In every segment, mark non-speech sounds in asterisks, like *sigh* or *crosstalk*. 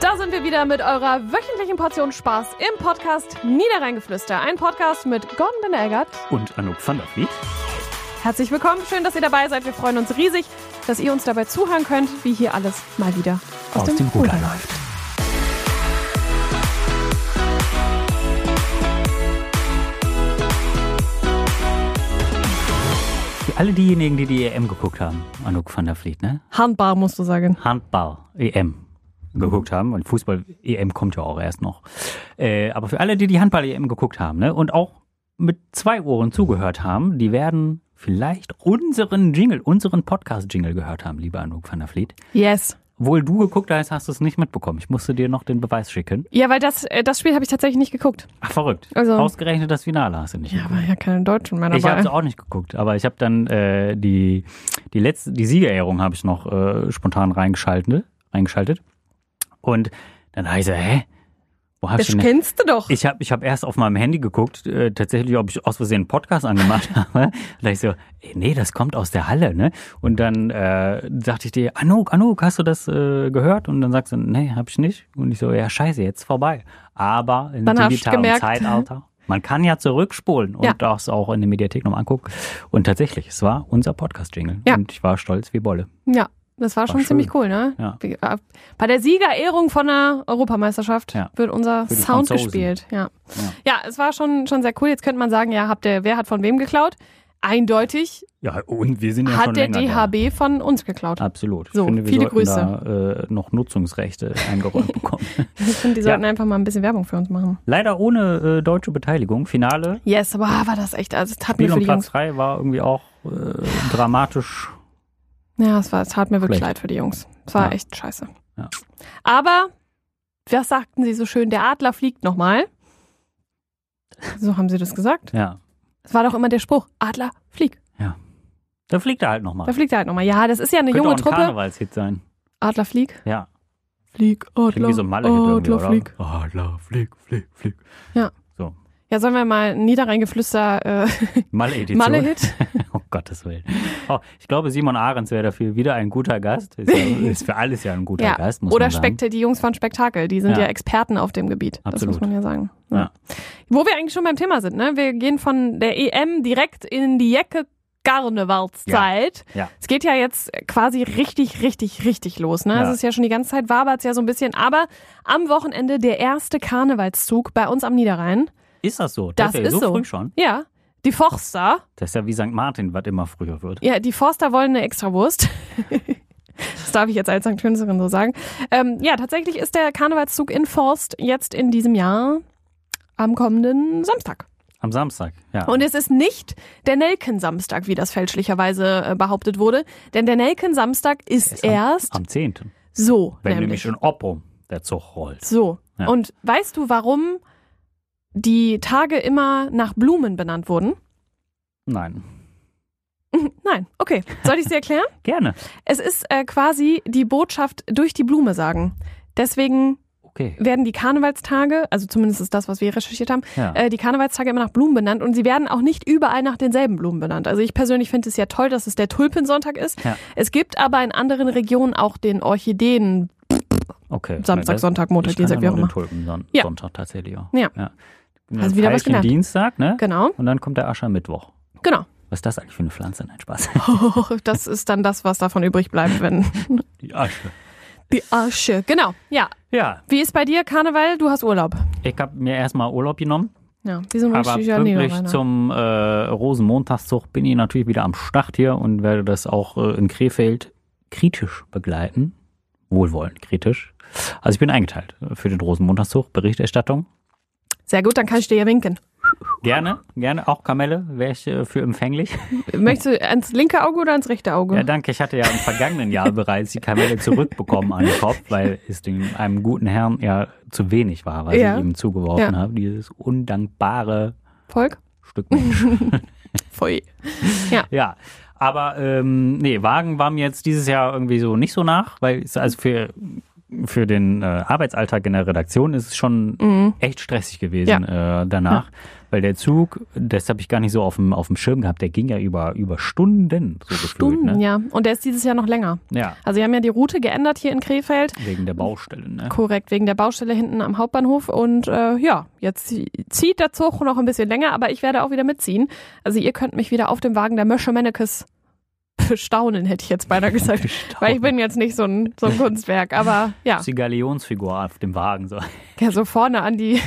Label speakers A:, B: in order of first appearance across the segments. A: Da sind wir wieder mit eurer wöchentlichen Portion Spaß im Podcast Niederrheingeflüster. Ein Podcast mit Gordon Benelgert.
B: Und Anouk van der Vliet.
A: Herzlich willkommen, schön, dass ihr dabei seid. Wir freuen uns riesig, dass ihr uns dabei zuhören könnt, wie hier alles mal wieder aus, dem, Ruder läuft.
B: Für alle diejenigen, die die EM geguckt haben, Anouk van der Vliet, ne?
A: Handbar, musst du sagen.
B: Handball, EM geguckt haben, weil Fußball EM kommt ja auch erst noch. Äh, aber für alle, die die Handball EM geguckt haben, ne, und auch mit zwei Ohren zugehört haben, die werden vielleicht unseren Jingle, unseren Podcast Jingle gehört haben, lieber Anouk van der Vliet.
A: Yes.
B: Obwohl du geguckt hast, hast du es nicht mitbekommen. Ich musste dir noch den Beweis schicken.
A: Ja, weil das, äh, das Spiel habe ich tatsächlich nicht geguckt.
B: Ach, verrückt.
A: Also-
B: Ausgerechnet das Finale hast du nicht.
A: Ja, war ja keine Deutschen mehr
B: Ich habe
A: dabei.
B: es auch nicht geguckt, aber ich habe dann äh, die, die letzte, die Siegerehrung habe ich noch äh, spontan reingeschaltet, reingeschaltet. Und dann heiße, hä? Wo hab ich
A: Das
B: denn
A: kennst du doch.
B: ich habe ich hab erst auf meinem Handy geguckt, äh, tatsächlich, ob ich aus Versehen einen Podcast angemacht *laughs* habe. Und da ich so, ey, nee, das kommt aus der Halle, ne? Und dann äh, sagte ich dir, Anouk, Anouk, hast du das äh, gehört? Und dann sagst du, nee, hab ich nicht. Und ich so, ja, scheiße, jetzt vorbei. Aber in
A: Dann hab ich
B: digitalem
A: gemerkt.
B: Zeitalter, man kann ja zurückspulen
A: Ja.
B: und das auch in der Mediathek nochmal angucken. Und tatsächlich, es war unser Podcast-Jingle.
A: Ja.
B: Und ich war stolz wie Bolle.
A: Ja, das war schon
B: schön.
A: ziemlich cool, ne?
B: Ja.
A: Wie- äh, Bei der Siegerehrung von der Europameisterschaft
B: Ja.
A: wird unser
B: Für die
A: Sound
B: Franzosen.
A: gespielt. Ja. ja, es war schon, schon sehr cool. Jetzt könnte man sagen, ja, habt ihr, wer hat von wem geklaut? Eindeutig
B: Ja, und wir sind ja schon
A: hat der
B: länger da.
A: DHB von uns geklaut.
B: Absolut.
A: So,
B: ich finde, wir
A: viele Grüße.
B: sollten da äh, noch Nutzungsrechte
A: *laughs*
B: eingeräumt bekommen.
A: Ich finde, die
B: Ja.
A: sollten einfach mal ein bisschen Werbung für uns machen.
B: Leider ohne äh, deutsche Beteiligung. Finale.
A: Yes, aber war das echt, also es tat mir
B: Spiel
A: für
B: um
A: die
B: Platz
A: Jungs.
B: 3 war irgendwie auch äh, dramatisch.
A: Ja, es, war, es tat mir wirklich
B: Schlecht.
A: leid für die Jungs. Es war
B: Ja.
A: echt scheiße.
B: Ja.
A: Aber, was sagten sie so schön? Der Adler fliegt nochmal. So haben sie das gesagt.
B: Ja.
A: Es war doch immer der Spruch, Adler, flieg.
B: Da fliegt er halt nochmal.
A: Da fliegt er halt nochmal. Ja, das ist ja eine
B: Könnte
A: junge
B: auch ein
A: Truppe.
B: Karnevalshit sein.
A: Adler, flieg.
B: Ja.
A: Flieg, Adler,
B: Irgendwie so ein Malle irgendwie,
A: Adler,
B: oder?
A: flieg.
B: Adler, flieg, flieg, flieg.
A: oh, Ja, sollen wir mal ein Niederrheingeflüster äh,
B: Malle-Edition.
A: Malle-Hit?
B: *laughs* Oh Gottes Willen. Oh, ich glaube, Simon Ahrens wäre dafür wieder ein guter Gast.
A: *laughs*
B: Ist, ja, ist für alles ja ein guter
A: Ja.
B: Gast, muss
A: Oder
B: man sagen.
A: Spekta die Jungs von Spektakel, die sind ja,
B: Ja.
A: Experten auf dem Gebiet. Das
B: Absolut.
A: muss man ja sagen.
B: Ja.
A: Wo wir eigentlich schon beim Thema sind, ne? Wir gehen von der EM direkt in die Jacke Karnevalszeit.
B: Ja. Ja.
A: Es geht ja jetzt quasi richtig, richtig, richtig los. Ne?
B: Ja.
A: Es ist ja schon die ganze Zeit, wabert's ja so ein bisschen. Aber am Wochenende der erste Karnevalszug bei uns am Niederrhein.
B: Ist das so?
A: Das
B: ist ja
A: ist so.
B: früh schon.
A: Ja, die Forster.
B: Das ist ja wie St. Martin, was immer früher wird.
A: Ja, die Forster wollen eine
B: *laughs*
A: Extrawurst. Das darf ich jetzt als St. Töniserin so sagen. Ähm, ja, tatsächlich ist der Karnevalszug in Forst jetzt in diesem Jahr am kommenden Samstag.
B: Am Samstag, ja.
A: Und es ist nicht der Nelkensamstag, wie das fälschlicherweise äh, behauptet wurde. Denn der Nelkensamstag ist
B: Ist am-
A: erst
B: Am 10.
A: so.
B: Wenn nämlich
A: nämlich.
B: in Oppum der Zug rollt.
A: so.
B: Ja.
A: Und weißt du, warum die Tage immer nach Blumen benannt wurden? *laughs*
B: Nein.
A: Nein. Okay. Soll ich es dir erklären?
B: Gerne.
A: es ist äh, quasi die Botschaft durch die Blume sagen. Deswegen
B: Okay.
A: werden die Karnevalstage, also zumindest ist das, was wir recherchiert haben,
B: Ja.
A: äh, die Karnevalstage immer nach Blumen benannt und sie werden auch nicht überall nach denselben Blumen benannt. Also ich persönlich finde es ja toll, dass es der Tulpensonntag ist.
B: Ja.
A: Es gibt aber in anderen Regionen auch den Orchideen
B: Okay.
A: Samstag,
B: Das-
A: Sonntag, Montag,
B: ich kannte
A: Dienstag, wie
B: nur
A: auch
B: den
A: immer.
B: Tulpen
A: Ja.
B: Sonntag tatsächlich auch.
A: Ja. Hast wieder was
B: Veilchen
A: gelernt.
B: Dienstag, ne?
A: Genau,
B: Und dann kommt der Aschermittwoch.
A: genau. *laughs*
B: Was ist das eigentlich für eine Pflanze? Nein, Spaß.
A: Das ist dann das, was davon übrig bleibt,
B: *laughs*
A: wenn
B: Die Asche.
A: die Asche. Genau. Ja,
B: Ja,
A: wie ist bei dir Karneval? Du hast Urlaub.
B: ich habe mir erstmal Urlaub genommen,
A: Ja, wir sind
B: aber
A: richtig
B: pünktlich zum äh, Rosenmontagszug bin ich natürlich wieder am Start hier und werde das auch äh, in Krefeld kritisch begleiten. Wohlwollend kritisch. Also ich bin eingeteilt für den Rosenmontagszug, Berichterstattung.
A: Sehr gut, dann kann ich dir ja winken.
B: Gerne, gerne. Auch Kamelle wäre ich äh, für empfänglich.
A: Möchtest du ans linke Auge oder ans rechte Auge?
B: Ja, danke. Ich hatte ja im vergangenen Jahr bereits die Kamelle zurückbekommen an den Kopf, weil es dem einem guten Herrn ja zu wenig war, was
A: Ja.
B: ich ihm zugeworfen
A: Ja.
B: habe. Dieses undankbare
A: Volk? *laughs*
B: Stück Mensch.
A: Voll.
B: ja. Aber ähm, nee, Wagen war mir jetzt dieses Jahr irgendwie so nicht so nach, weil es also für für den äh, Arbeitsalltag in der Redaktion ist es schon
A: Mhm.
B: echt stressig gewesen äh, danach, weil der Zug, das habe ich gar nicht so auf dem, auf dem Schirm gehabt, der ging ja über, über Stunden so
A: Stunden,
B: gefühlt, ne?
A: ja. Und der ist dieses Jahr noch länger.
B: Ja,
A: Also sie haben ja die Route geändert hier in Krefeld.
B: wegen der Baustellen. Ne?
A: Korrekt, wegen der Baustelle hinten am Hauptbahnhof. Und äh, ja, jetzt zieht der Zug noch ein bisschen länger, aber ich werde auch wieder mitziehen. Also ihr könnt mich wieder auf dem Wagen der Mösche Mennekes *laughs* bestaunen, hätte ich jetzt beinahe gesagt. Weil ich bin jetzt nicht so ein, so ein Kunstwerk, aber ja,
B: Die Galionsfigur auf dem Wagen. So.
A: ja, so vorne an die,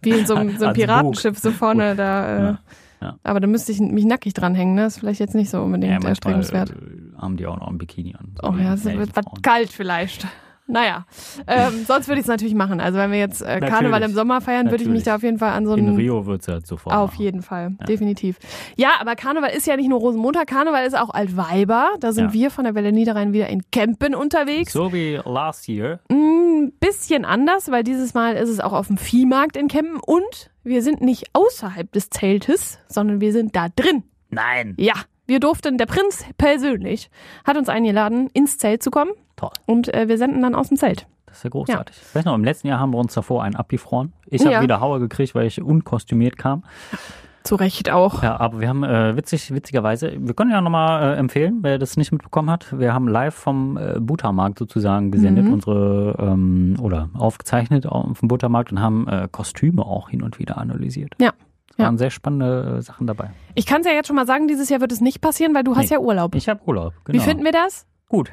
A: wie in so einem, so einem
B: Als Bug.
A: Piratenschiff, so vorne da. Äh,
B: Ja, ja.
A: Aber da müsste ich mich nackig dranhängen, ne? Ist vielleicht jetzt nicht so unbedingt erstrebenswert.
B: äh, haben die auch noch ein Bikini an. So
A: Oh
B: wie
A: ja, es
B: Mädchen
A: wird was
B: Frauen.
A: kalt vielleicht. Naja,
B: *laughs*
A: ähm, sonst würde ich es natürlich machen. Also wenn wir jetzt äh, Karneval im
B: Natürlich.
A: Sommer feiern, würde ich mich
B: Natürlich.
A: da auf jeden Fall an so
B: In
A: einen...
B: Rio wird es halt sofort.
A: Auf
B: machen.
A: jeden Fall, definitiv. Ja, aber Karneval ist ja nicht nur Rosenmontag, Karneval ist auch Altweiber. Da sind
B: Ja.
A: wir von der Welle Niederrhein wieder in Campen unterwegs.
B: So wie last year.
A: Mhm. Ein bisschen anders, weil dieses Mal ist es auch auf dem Viehmarkt in Campen und wir sind nicht außerhalb des Zeltes, sondern wir sind da drin.
B: Nein.
A: Ja, wir durften, der Prinz persönlich hat uns eingeladen, ins Zelt zu kommen
B: Toll.
A: und äh, wir senden dann aus dem Zelt.
B: Das ist ja großartig. Ich weiß noch, im letzten Jahr haben wir uns davor einen abgefroren. Ich
A: Ja.
B: habe wieder Haue gekriegt, weil ich unkostümiert kam.
A: Zu Recht auch.
B: Ja, aber wir haben äh, witzig, witzigerweise, wir können ja nochmal äh, empfehlen, wer das nicht mitbekommen hat. Wir haben live vom äh, Buttermarkt sozusagen
A: Mhm.
B: gesendet, unsere ähm, oder aufgezeichnet äh, auf dem Buttermarkt und haben äh, Kostüme auch hin und wieder analysiert.
A: Ja.
B: Es
A: Ja.
B: waren sehr spannende äh, Sachen dabei.
A: Ich kann es ja jetzt schon mal sagen, dieses Jahr wird es nicht passieren, weil du hast
B: Nee.
A: ja Urlaub.
B: Ich habe Urlaub.
A: Wie
B: Genau.
A: finden wir das? *laughs*
B: Gut.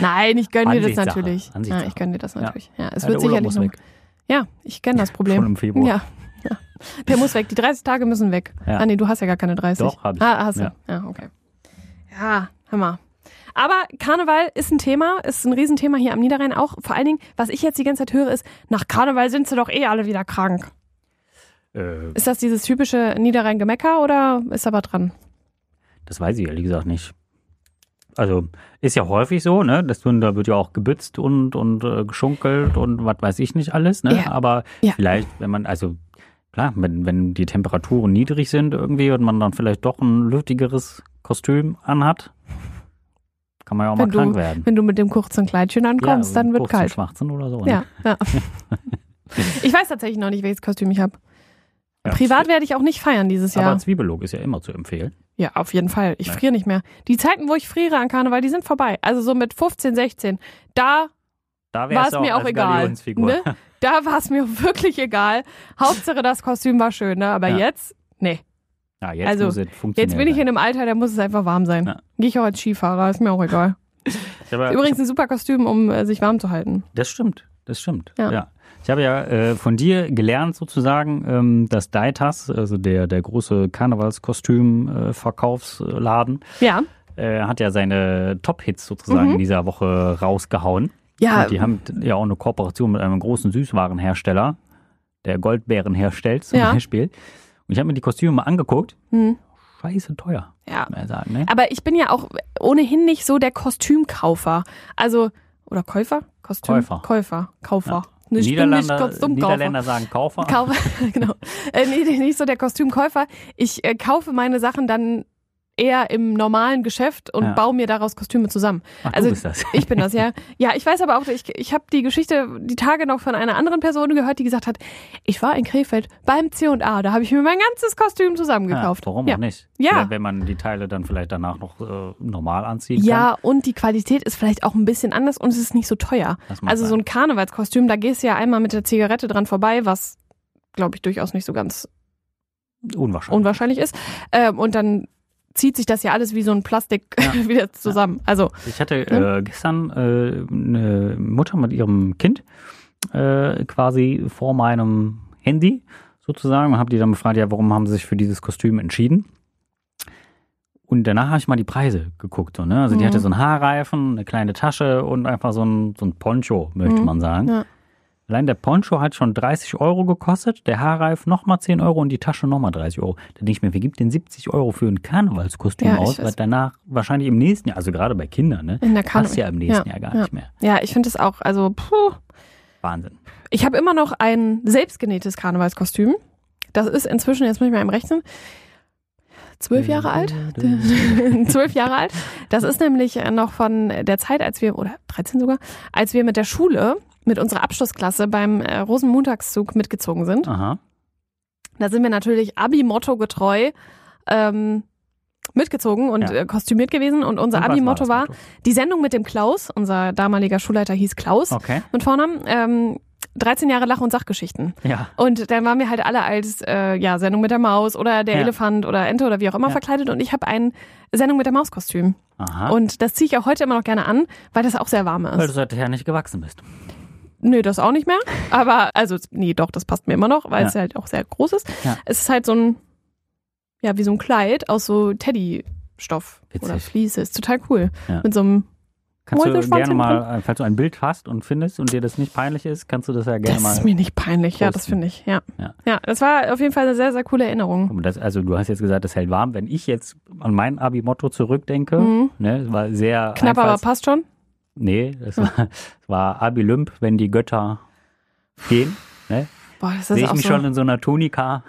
A: Nein, ich gönne dir das
B: Ansichtssache.
A: natürlich. Ja,
B: Ansichtssache.
A: ich gönne dir das
B: Ja.
A: natürlich. Ja, es
B: Ja,
A: wird
B: der Urlaub
A: sicherlich
B: muss
A: noch.
B: weg.
A: Ja, ich kenne das Problem.
B: Schon im Februar.
A: Ja. ja. Der muss weg. Die 30 Tage müssen weg.
B: Ja.
A: Ah nee, du hast ja gar keine 30.
B: Doch, hab ich.
A: Ah, hast du.
B: Ja.
A: ja, okay. Ja, Hammer. Aber Karneval ist ein Thema, ist ein Riesenthema hier am Niederrhein auch. Vor allen Dingen, was ich jetzt die ganze Zeit höre, ist, nach Karneval sind sie doch eh alle wieder krank.
B: Äh,
A: Ist das dieses typische Niederrhein-Gemecker oder ist da was dran?
B: das weiß ich ehrlich gesagt nicht. Also ist ja häufig so, ne? Das, da wird ja auch gebützt und, und äh, geschunkelt und was weiß ich nicht alles, ne?
A: Ja.
B: Aber
A: Ja.
B: vielleicht, wenn man, also klar, wenn, wenn die Temperaturen niedrig sind irgendwie und man dann vielleicht doch ein lüftigeres Kostüm anhat, kann man ja auch
A: Wenn
B: mal
A: du-
B: krank werden.
A: Wenn du mit dem kurzen Kleidchen ankommst,
B: ja,
A: dann wird
B: kurzen
A: kalt.
B: Schwarzen oder so. Ne?
A: Ja,
B: *laughs*
A: ja. Ich weiß tatsächlich noch nicht, welches Kostüm ich habe.
B: Ja.
A: Privat werde ich auch nicht feiern dieses
B: Aber
A: Jahr.
B: Zwiebellook ist ja immer zu empfehlen.
A: Ja, auf jeden Fall. Ich
B: Nein.
A: friere nicht mehr. Die Zeiten, wo ich friere an Karneval, die sind vorbei. Also so mit 15, 16. Da
B: Da
A: war
B: wär's also
A: es
B: ja
A: mir auch
B: als
A: egal.
B: Galionsfigur.
A: Ne? Da war es mir wirklich egal. Hauptsache, das Kostüm war schön. Ne? Aber
B: Ja.
A: jetzt, nee.
B: Ja, jetzt
A: Also,
B: muss es funktionieren.
A: Jetzt bin ich in einem Alter, da muss es einfach warm sein.
B: Ja.
A: Gehe ich auch als Skifahrer, ist mir auch egal.
B: Aber
A: Übrigens ein super Kostüm, um äh, sich warm zu halten.
B: Das stimmt, das stimmt.
A: Ja.
B: Ja. Ich habe ja äh, von dir gelernt sozusagen, ähm, dass Daitas, also der, der große Karnevalskostüm-Verkaufsladen,
A: Ja.
B: äh, hat ja seine Top-Hits
A: Mhm.
B: sozusagen in dieser Woche rausgehauen.
A: Ja,
B: Und die haben ja auch eine Kooperation mit einem großen Süßwarenhersteller, der Goldbeeren herstellt zum
A: Ja.
B: Beispiel. Und ich habe mir die Kostüme mal angeguckt.
A: Hm.
B: Scheiße teuer,
A: ja.
B: muss man ja sagen. Ne?
A: Aber ich bin ja auch ohnehin nicht so der Kostümkaufer. Also, oder Käufer? Kostüm?
B: Käufer.
A: Käufer. Kaufer. Ich bin nicht
B: Niederländer,
A: Kostümkaufer.
B: Niederländer sagen Kaufer.
A: Kaufer,
B: *laughs*
A: *laughs* genau. Äh, nee, nicht so der Kostümkäufer. Ich äh, kaufe meine Sachen dann eher im normalen Geschäft und
B: Ja.
A: baue mir daraus Kostüme zusammen.
B: Ach, du
A: also- *laughs*
B: bist das.
A: Ich bin das,
B: *laughs*
A: ja. Ja, ich weiß aber auch, ich, ich habe die Geschichte die Tage noch von einer anderen Person gehört, die gesagt hat, ich war in Krefeld beim C&A, da habe ich mir mein ganzes Kostüm zusammengekauft.
B: Ja, warum
A: Ja.
B: auch nicht?
A: Ja.
B: Wenn- Wenn man die Teile dann vielleicht danach noch äh, normal anziehen
A: Ja, und die Qualität ist vielleicht auch ein bisschen anders und es ist nicht so teuer.
B: kann. Das mag
A: Also so
B: sein.
A: ein Karnevalskostüm, da gehst du ja einmal mit der Zigarette dran vorbei, was glaube ich durchaus nicht so ganz
B: Unwahrscheinlich.
A: unwahrscheinlich ist. Ähm, und dann zieht sich das ja alles wie so ein Plastik
B: Ja.
A: *laughs* wieder zusammen. Also
B: ich hatte äh, gestern äh, eine Mutter mit ihrem Kind äh, quasi vor meinem Handy sozusagen und habe die dann gefragt, ja, warum haben sie sich für dieses Kostüm entschieden? Und danach habe ich mal die Preise geguckt. So, ne? Also
A: Mhm.
B: die hatte so einen Haarreifen, eine kleine Tasche und einfach so ein, so ein Poncho, möchte man sagen.
A: Mhm. Ja.
B: Allein der Poncho hat schon 30 Euro gekostet, der Haarreif nochmal 10 Euro und die Tasche nochmal 30 Euro. Da denke ich mir, wer gibt denn 70 Euro für ein Karnevalskostüm
A: Ja, ich
B: aus?
A: weiß.
B: Weil danach wahrscheinlich im nächsten Jahr, also gerade bei Kindern, ne?
A: in der Karne
B: passt ja im nächsten Jahr gar
A: ja.
B: nicht mehr.
A: Ja, ich finde es auch, also puh.
B: Wahnsinn.
A: Ich habe immer noch ein selbstgenähtes Karnevalskostüm. Das ist inzwischen, jetzt muss ich mal eben rechnen, zwölf Jahre alt. *laughs* zwölf Jahre alt. Das ist nämlich äh, noch von der Zeit, als wir, oder 13 sogar, als wir mit der Schule, mit unserer Abschlussklasse beim äh, Rosenmontagszug mitgezogen sind.
B: *laughs* Aha.
A: Da sind wir natürlich Abi-Motto getreu ähm, mitgezogen und
B: Ja.
A: äh, kostümiert gewesen. Und unser
B: Und was
A: Abi-Motto
B: war
A: war,
B: das
A: die Sendung mit dem Klaus, unser damaliger Schulleiter hieß Klaus
B: Okay.
A: mit Vornamen, ähm, 13 Jahre Lach- und Sachgeschichten.
B: Ja.
A: Und dann waren wir halt alle als äh, ja, Sendung mit der Maus oder der
B: Ja.
A: Elefant oder Ente oder wie auch immer
B: Ja. Ah.
A: verkleidet und ich habe ein Sendung mit der Maus-Kostüm.
B: Aha.
A: Und das ziehe ich auch heute immer noch gerne an, weil das auch sehr warm ist.
B: Weil du seither nicht gewachsen bist.
A: Nö, das auch nicht mehr. Aber, also, nee, doch, das passt mir immer noch, weil
B: Ja.
A: es halt auch sehr groß ist.
B: Ja.
A: Es ist halt so ein, ja, wie so ein Kleid aus so Teddy-Stoff
B: Witzig.
A: oder Fliese. Ist total cool.
B: Ja.
A: Mit so einem,
B: Kannst du
A: Mäuseschwanz
B: gerne
A: hinten
B: mal, äh, falls du ein Bild hast und findest und dir das nicht peinlich ist, kannst du das ja gerne
A: das ist
B: mal.
A: mir nicht peinlich. Ja, das
B: posten.
A: finde ich, ja.
B: Ja.
A: das war auf jeden Fall eine sehr, sehr coole Erinnerung.
B: Aber Das, also du hast jetzt gesagt, das hält warm. Wenn ich jetzt an mein Abi-Motto zurückdenke,
A: Mhm.
B: ne, es war sehr
A: Knapp, aber
B: einfalls-
A: passt schon.
B: Nee, es war, es war Abi-Lümp, wenn die Götter gehen. Ne?
A: Boah, das ist
B: Sehe ich
A: auch
B: mich
A: so
B: schon in so einer Tunika,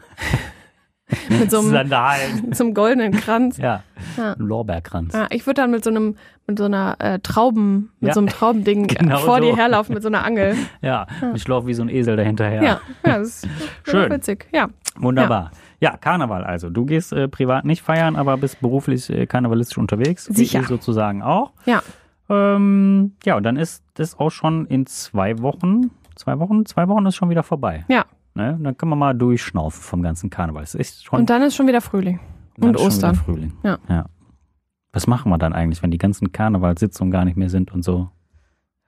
A: mit so einem,
B: Sandalen.
A: zum goldenen Kranz.
B: *laughs* Ja,
A: Ja.
B: ein Lorbeerkranz.
A: Ja, ich würde dann mit so einem, mit so einer äh, Trauben, mit
B: Ja.
A: so einem Traubending
B: *laughs* Genau
A: vor dir
B: so.
A: herlaufen mit so einer Angel.
B: Ja, ich laufe wie so ein Esel dahinterher.
A: Ja, ja, das ist
B: Schön.
A: witzig. Ja.
B: Wunderbar. Ja. Karneval also. Du gehst äh, privat nicht feiern, aber bist beruflich äh, karnevalistisch unterwegs.
A: Sicher.
B: Ich sozusagen auch.
A: Ja.
B: Ähm, ja, und dann ist das auch schon in zwei Wochen. Zwei Wochen? Zwei Wochen ist schon wieder vorbei.
A: Ja.
B: Ne? Dann können wir mal durchschnaufen vom ganzen Karneval. Es ist schon
A: Und dann ist schon wieder Frühling.
B: dann
A: und
B: ist schon wieder
A: Ostern.
B: Frühling.
A: Ja.
B: ja. Was machen wir dann eigentlich, wenn die ganzen Karnevalssitzungen gar nicht mehr sind und so?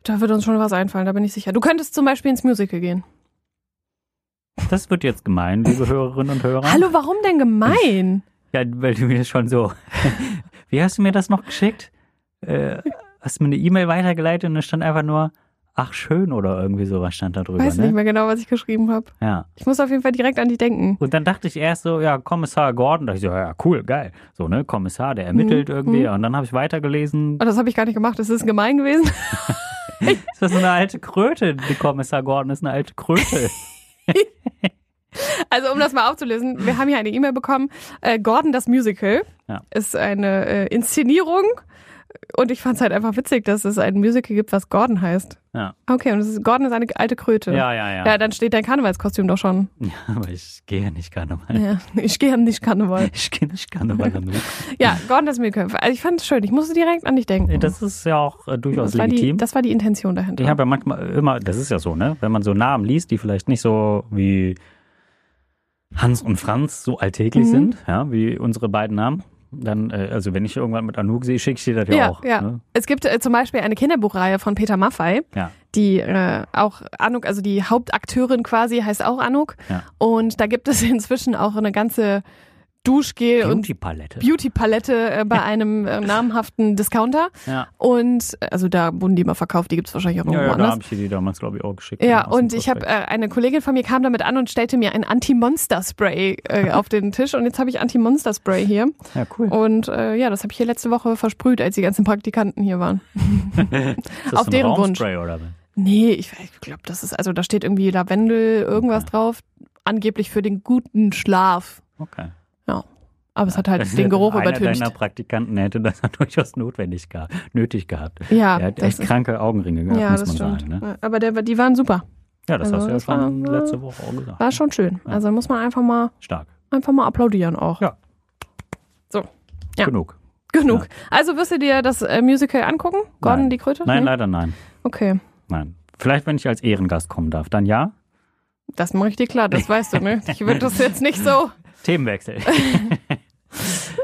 A: Da wird uns schon was einfallen, da bin ich sicher. Du könntest zum Beispiel ins Musical gehen.
B: Das wird jetzt gemein, liebe Hörerinnen und Hörer.
A: Hallo, warum denn gemein?
B: Ja, weil du mir das schon so. Wie hast du mir das noch geschickt? Äh, hast mir eine E-Mail weitergeleitet und da stand einfach nur, ach schön oder irgendwie sowas stand da drüber.
A: Weiß
B: ne?
A: nicht mehr genau, was ich geschrieben habe.
B: Ja.
A: Ich muss auf jeden Fall direkt an dich denken.
B: Und dann dachte ich erst so, ja, Kommissar Gordon. Da dachte ich so, ja, cool, geil. So, ne, Kommissar, der
A: Mhm.
B: ermittelt irgendwie. Und dann habe ich weitergelesen.
A: Und Oh, das habe ich gar nicht gemacht. Das ist gemein gewesen. *laughs*
B: Ist das eine alte Kröte? Die Kommissar Gordon ist eine alte
A: *laughs*
B: Kröte.
A: Also um das mal aufzulösen, wir haben hier eine E-Mail bekommen. Äh, Gordon das Musical
B: Ja.
A: ist eine äh, Inszenierung und ich fand es halt einfach witzig, dass es ein Musical gibt, was Gordon heißt.
B: Ja.
A: Okay, und es ist, Gordon ist eine alte Kröte.
B: Ja, ja, ja.
A: Ja, dann steht dein Karnevalskostüm doch schon.
B: Ja, *laughs* aber ich gehe ja nicht Karneval.
A: Ja, ich gehe nicht Karneval.
B: Ich gehe
A: *laughs*
B: nicht Karneval. damit.
A: Ja, Gordon das Musical. Also ich fand es schön. Ich musste direkt an dich denken.
B: Das ist ja auch äh, durchaus
A: war die,
B: legitim.
A: Genau, das war die Intention dahinter.
B: Ich habe ja manchmal immer, das ist ja so, ne? Wenn man so Namen liest, die vielleicht nicht so wie Hans und Franz so alltäglich
A: Mhm.
B: sind, ja, wie unsere beiden Namen, dann, äh, also wenn ich irgendwann mit Anouk sehe, schicke ich dir das ja,
A: ja,
B: auch.
A: ja.
B: Ne?
A: Es gibt äh, zum Beispiel eine Kinderbuchreihe von Peter Maffei.
B: Ja.
A: die äh, auch Anuk, also die Hauptakteurin quasi heißt auch Anuk.
B: Ja.
A: Und da gibt es *laughs* inzwischen auch eine ganze Duschgel- und
B: Beauty-Palette.
A: Beauty-Palette äh, bei einem äh, namhaften Discounter.
B: ja,
A: Und äh, also da wurden die immer verkauft, die gibt's wahrscheinlich auch
B: ja,
A: irgendwo
B: ja da
A: anders.
B: habe ich dir die damals, glaube ich, auch geschickt.
A: Oh, Ja,
B: aus dem
A: und ich habe äh,
B: Prospekt.
A: eine Kollegin von mir kam damit an und stellte mir ein Anti-Monster-Spray
B: *laughs*
A: äh, auf den Tisch und jetzt habe ich Anti-Monster-Spray hier
B: Ja, cool.
A: und äh, ja, das habe ich hier letzte Woche versprüht, als die ganzen Praktikanten hier waren.
B: Ist das
A: auf
B: so ein
A: deren Wunsch.
B: Raumspray Oder? was?
A: Nee, ich, ich glaube, das ist, also da steht irgendwie Lavendel, irgendwas drauf, angeblich für den guten Schlaf.
B: Okay.
A: Aber es hat
B: Das
A: halt
B: ist *laughs*
A: den Geruch
B: Einer
A: übertüncht.
B: deiner Praktikanten hätte das *laughs* durchaus notwendig gehabt, nötig gehabt.
A: Ja,
B: er hat
A: Ah, das
B: echt
A: ist,
B: kranke Augenringe gehabt,
A: ja,
B: muss
A: das
B: man
A: stimmt.
B: sagen. Ne?
A: Aber der, die waren super.
B: Ja, das
A: Also,
B: hast du ja
A: das
B: schon
A: war- war-
B: letzte Woche auch gesagt.
A: War schon schön.
B: Ja.
A: Also muss man einfach mal,
B: Stark.
A: einfach mal applaudieren auch.
B: Ja.
A: Ja.
B: Genug.
A: Genug. Also wirst du dir das äh, Musical angucken? Gordon die Kröte?
B: Nein,
A: Nee?
B: leider nein.
A: Okay.
B: Nein. Vielleicht, wenn ich als Ehrengast kommen darf, dann ja.
A: Das mache ich dir klar, das weißt du, ne? Ich würde das jetzt nicht
B: *laughs*
A: so. *laughs*
B: Themenwechsel.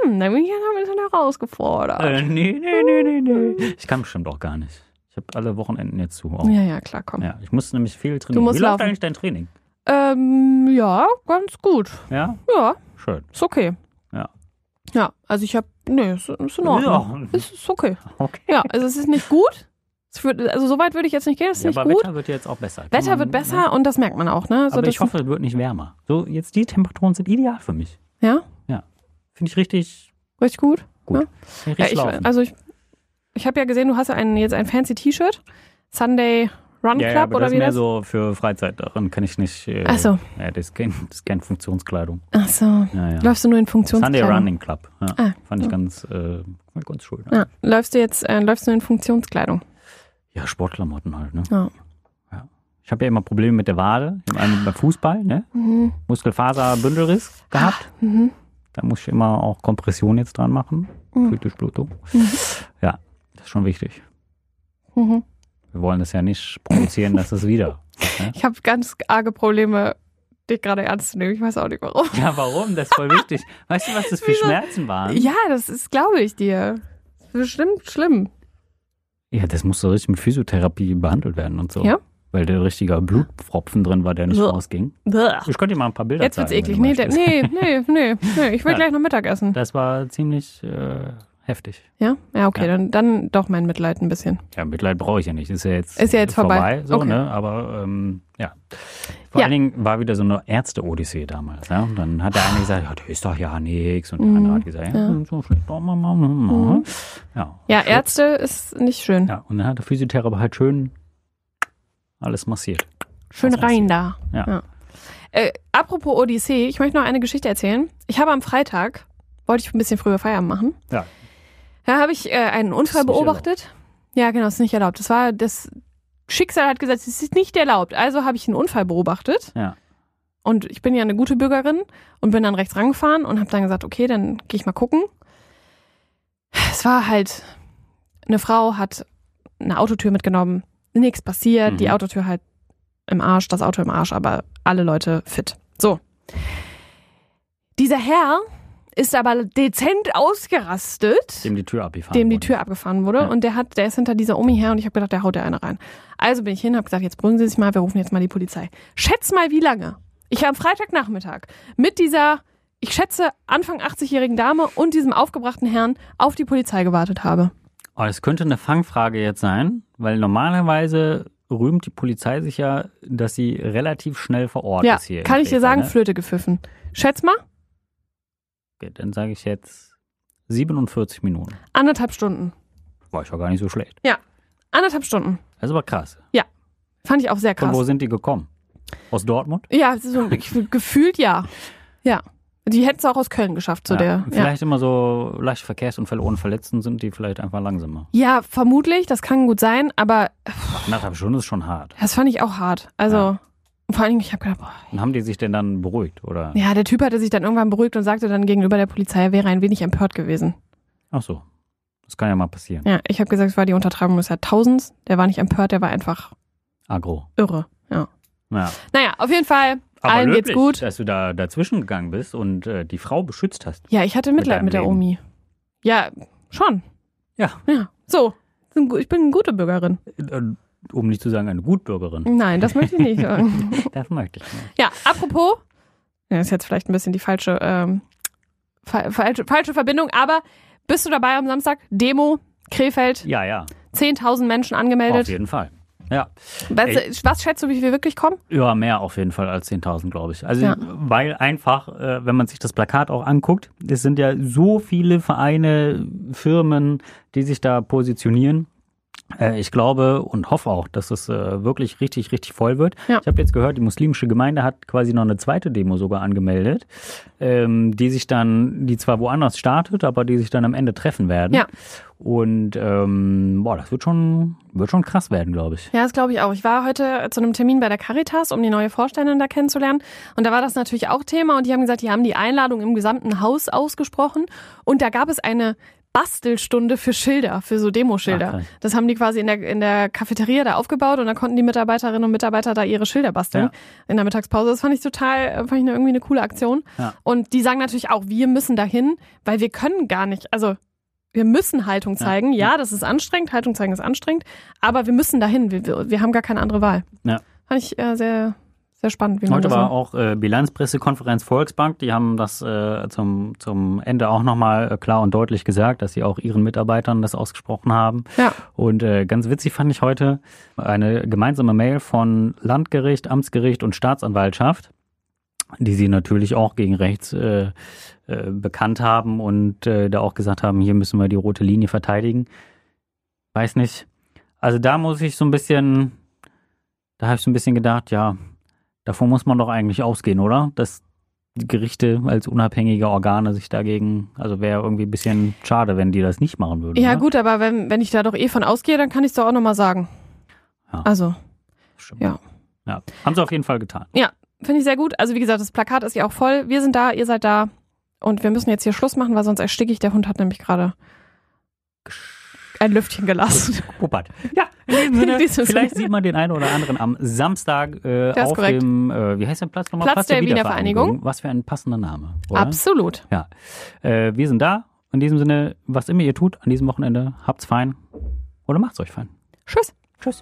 A: Hm, da bin ich ja noch ein bisschen herausgefordert.
B: äh, *laughs* nee, nee, nee, nee, nee. Ich kann bestimmt auch gar nicht. Ich habe alle Wochenenden jetzt zu. Auch.
A: Ja, ja, klar, komm.
B: Ja, ich muss nämlich viel trainieren.
A: musst
B: Wie läuft
A: laufen.
B: eigentlich dein Training?
A: Ähm, ja, ganz gut.
B: Ja,
A: Ja,
B: schön.
A: ist okay.
B: Ja.
A: Ja, also ich habe, nee, ist, ist in Ordnung.
B: Ja,
A: Ist, ist okay.
B: *laughs* okay.
A: Ja, also es ist nicht gut. Es wird, also so weit würde ich jetzt nicht gehen, es ist
B: Ja,
A: nicht
B: aber
A: gut. Wetter,
B: Wetter wird jetzt auch besser. Kann man- ne?
A: wird besser und das merkt man auch, ne? So,
B: aber
A: das,
B: ich hoffe, es wird nicht wärmer. So, jetzt die Temperaturen sind ideal für mich.
A: Ja,
B: Finde ich richtig,
A: richtig gut.
B: richtig
A: Ja, ich, äh,
B: laufen.
A: also ich, ich habe ja gesehen, du hast ja einen, jetzt ein fancy T-Shirt. Sunday Run
B: Ja,
A: Club
B: ja, aber
A: oder
B: das
A: wie
B: ist mehr
A: das?
B: so für Freizeit. Daran kann ich nicht. Äh,
A: Ach so.
B: Ja, das ist, kein, das ist keine Funktionskleidung.
A: Ach so.
B: Ja, ja.
A: Läufst du nur in
B: Sunday
A: Funktionskleidung?
B: Running Club. Ja,
A: Ah,
B: fand ich ganz, äh, ganz schön.
A: Ja. Läufst du jetzt äh, läufst du nur in Funktionskleidung?
B: Ja, Sportklamotten halt. Ne?
A: Ja.
B: Ja. Ich habe ja immer Probleme mit der Wade, vor allem beim Fußball, ne? Muskelfaserbündelriss gehabt.
A: Mhm.
B: Da muss ich immer auch Kompression jetzt dran machen. Für die Blutung. Ja, das ist schon wichtig.
A: Mhm.
B: Wir wollen das ja nicht provozieren, dass es
A: *laughs*
B: wieder.
A: Ich habe ganz arge Probleme, dich gerade ernst zu nehmen. Ich weiß auch nicht warum.
B: Ja, warum? Das ist voll wichtig. Weißt du, was das für Schmerzen waren?
A: Ja, das ist, glaube ich dir. Bestimmt schlimm.
B: Ja, das musste richtig mit Physiotherapie behandelt werden und so.
A: Ja?
B: Weil da ein richtiger Blutpfropfen drin war, der nicht
A: So.
B: rausging.
A: Jetzt
B: Ich könnte dir mal ein paar Bilder
A: wird's
B: zeigen.
A: eklig.
B: wenn du
A: Nee, der,
B: möchtest.
A: nee, nee, nee, nee. Ich will
B: Ja.
A: gleich noch Mittag essen.
B: Das war ziemlich äh, heftig.
A: Ja? Ja, okay,
B: Ja.
A: Dann, dann doch mein Mitleid ein bisschen.
B: Ja, Mitleid brauche ich ja nicht. Ist ja jetzt,
A: Ist ja jetzt vorbei.
B: so,
A: Okay.
B: ne? Aber ähm, ja. Vor
A: Ja.
B: allen Dingen war wieder so eine Ärzte-Odyssee damals. Ja? Und dann hat der eine gesagt, ja, das ist doch ja nichts. Und der
A: Mhm.
B: andere hat gesagt, ja, so schlecht. Oh, ma, ma, ma, ma. Ja.
A: Ja, Ärzte ist nicht schön.
B: ja. Und dann hat der Physiotherapeut halt schön alles massiert.
A: Schön
B: Das muss
A: rein da.
B: Ja.
A: Äh, apropos Odyssee, ich möchte noch eine Geschichte erzählen. Ich habe am Freitag, wollte ich ein bisschen früher Feierabend machen.
B: Ja.
A: Da habe ich äh, einen Unfall
B: nicht
A: beobachtet. Ja, genau, ist nicht erlaubt. Das war das Schicksal hat gesagt, es ist nicht erlaubt. Also habe ich einen Unfall beobachtet.
B: Ja.
A: Und ich bin ja eine gute Bürgerin und bin dann rechts rangefahren und habe dann gesagt, okay, dann gehe ich mal gucken. Es war halt, eine Frau hat eine Autotür mitgenommen, nichts passiert,
B: Mhm.
A: die Autotür halt im Arsch, das Auto im Arsch, aber alle Leute fit. So. Dieser Herr ist aber dezent ausgerastet
B: Dem die Tür abgefahren.
A: dem die
B: wurde.
A: Tür abgefahren wurde
B: Ja.
A: und der hat, der ist hinter dieser Omi her und ich habe gedacht, der haut der eine rein. Also bin ich hin, habe gesagt, jetzt brüllen Sie sich mal, wir rufen jetzt mal die Polizei. Schätz mal, wie lange? Ich habe am Freitagnachmittag mit dieser, ich schätze, Anfang 80-jährigen Dame und diesem aufgebrachten Herrn auf die Polizei gewartet habe.
B: Oh, das könnte eine Fangfrage jetzt sein, weil normalerweise rühmt die Polizei sich ja, dass sie relativ schnell vor Ort
A: ja,
B: ist Oh, hier. in
A: kann ich dir
B: Krefeld,
A: sagen,
B: ne?
A: Flöte gepfiffen. Schätz mal,
B: Okay, dann sage ich jetzt 47 Minuten.
A: anderthalb Stunden.
B: War ich ja gar nicht so schlecht.
A: Anderthalb Stunden.
B: Das ist aber krass.
A: Fand ich auch sehr
B: Von
A: krass.
B: wo sind die gekommen? Aus Dortmund?
A: Ja,
B: *laughs*
A: so, gefühlt ja. Ja. Die hätten es auch aus Köln geschafft, so der. ja.
B: Vielleicht immer so leichte Verkehrsunfälle ohne Verletzten sind die vielleicht einfach langsamer.
A: ja, vermutlich, das kann gut sein, aber
B: Anderthalb Stunden ist schon hart.
A: Das fand ich auch hart. Also,
B: Ja.
A: vor allen Dingen, ich habe gedacht, boah.
B: Und haben die sich denn dann beruhigt? Oder?
A: ja, der Typ hatte sich dann irgendwann beruhigt und sagte dann gegenüber der Polizei, er wäre ein wenig empört gewesen.
B: Ach so. Das kann ja mal passieren.
A: Ja, ich habe gesagt, es war die Untertreibung des Jahrtausends. Der war nicht empört, der war einfach
B: Agro.
A: irre. Ja.
B: Ja.
A: Naja, auf jeden Fall,
B: Aber
A: allen
B: löblich,
A: geht's gut.
B: dass du da dazwischen gegangen bist und äh, die Frau beschützt hast.
A: Ja, ich hatte Mitleid
B: deinem
A: mit, der
B: Leben.
A: Omi. Ja, schon.
B: Ja.
A: Ja, so. Ich bin eine gute Bürgerin.
B: Äh, Um nicht zu sagen, eine
A: *laughs*
B: Gutbürgerin.
A: Nein, das möchte ich nicht
B: *laughs*
A: sagen.
B: Das möchte ich nicht.
A: Ja, apropos, ja, ist jetzt vielleicht ein bisschen die falsche, ähm, fa falsche, falsche Verbindung, aber bist du dabei am Samstag? Demo, Krefeld,
B: Ja, ja.
A: 10.000 Menschen
B: Auf
A: angemeldet.
B: jeden Fall. Ja.
A: Was, äh, was schätzt du, wie viele wirklich kommen?
B: Ja, mehr auf jeden Fall als 10.000, glaube ich. Also,
A: Ja.
B: weil einfach, äh, wenn man sich das Plakat auch anguckt, es sind ja so viele Vereine, Firmen, die sich da positionieren. Äh, ich glaube und hoffe auch, dass es äh, wirklich richtig, richtig voll wird.
A: Ja.
B: Ich habe jetzt gehört, die muslimische Gemeinde hat quasi noch eine zweite Demo sogar angemeldet, ähm, die sich dann, die zwar woanders startet, aber die sich dann am Ende treffen werden.
A: Ja.
B: Und ähm, boah, das wird schon, wird schon krass werden, glaube ich.
A: Ja, das glaube ich auch. Ich war heute äh, zu einem Termin bei der Caritas, um die neue Vorständin da kennenzulernen. Und da war das natürlich auch Thema. Und die haben gesagt, die haben die Einladung im gesamten Haus ausgesprochen. Und da gab es eine Bastelstunde für Schilder, für so
B: Ach,
A: Demoschilder.
B: krass.
A: Das haben die quasi in der, in der Cafeteria da aufgebaut und da konnten die Mitarbeiterinnen und Mitarbeiter da ihre Schilder basteln
B: Ja.
A: in der Mittagspause. Das fand ich total, äh, fand ich eine, irgendwie eine coole Aktion.
B: Ja.
A: Und die sagen natürlich auch, wir müssen dahin, weil wir können gar nicht, also wir müssen Haltung zeigen. Ja, das ist anstrengend, Haltung zeigen ist anstrengend, aber wir müssen dahin. Wir, wir, wir haben gar keine andere Wahl.
B: Ja.
A: Fand ich äh, sehr, sehr spannend, wie man
B: Heute
A: das
B: war
A: so-
B: auch äh, Bilanzpressekonferenz Volksbank. Die haben das äh, zum, zum Ende auch nochmal äh, klar und deutlich gesagt, dass sie auch ihren Mitarbeitern das ausgesprochen haben.
A: Ja.
B: Und äh, ganz witzig fand ich heute eine gemeinsame Mail von Landgericht, Amtsgericht und Staatsanwaltschaft, die sie natürlich auch gegen rechts äh, äh, bekannt haben und äh, da auch gesagt haben, hier müssen wir die rote Linie verteidigen. Weiß nicht. Also da muss ich so ein bisschen Da habe ich so ein bisschen gedacht, ja, davon muss man doch eigentlich ausgehen, oder? Dass die Gerichte als unabhängige Organe sich dagegen, also wäre irgendwie ein bisschen schade, wenn die das nicht machen würden. ne?
A: Ja,
B: oder?
A: gut, aber wenn, wenn ich da doch eh von ausgehe, dann kann ich es doch auch nochmal sagen.
B: Ja.
A: Also,
B: Stimmt.
A: ja.
B: ja. Haben sie auf jeden Fall getan.
A: finde ich sehr gut. Also, wie gesagt, das Plakat ist ja auch voll. Wir sind da, ihr seid da. Und wir müssen jetzt hier Schluss machen, weil sonst ersticke ich. Der Hund hat nämlich gerade ein Lüftchen gelassen.
B: Puppert. Ja, in dem
A: *laughs*
B: Sinne,
A: In diesem
B: vielleicht
A: Sinne.
B: sieht man den einen oder anderen am Samstag äh,
A: Das ist
B: auf
A: korrekt.
B: dem, äh, wie heißt der Platz nochmal?
A: Platz der Wiener Vereinigung.
B: Was für ein passender Name, oder?
A: Absolut.
B: Äh, wir sind da. In diesem Sinne, was immer ihr tut an diesem Wochenende, habt's fein oder macht's euch fein.
A: Tschüss.
B: Tschüss.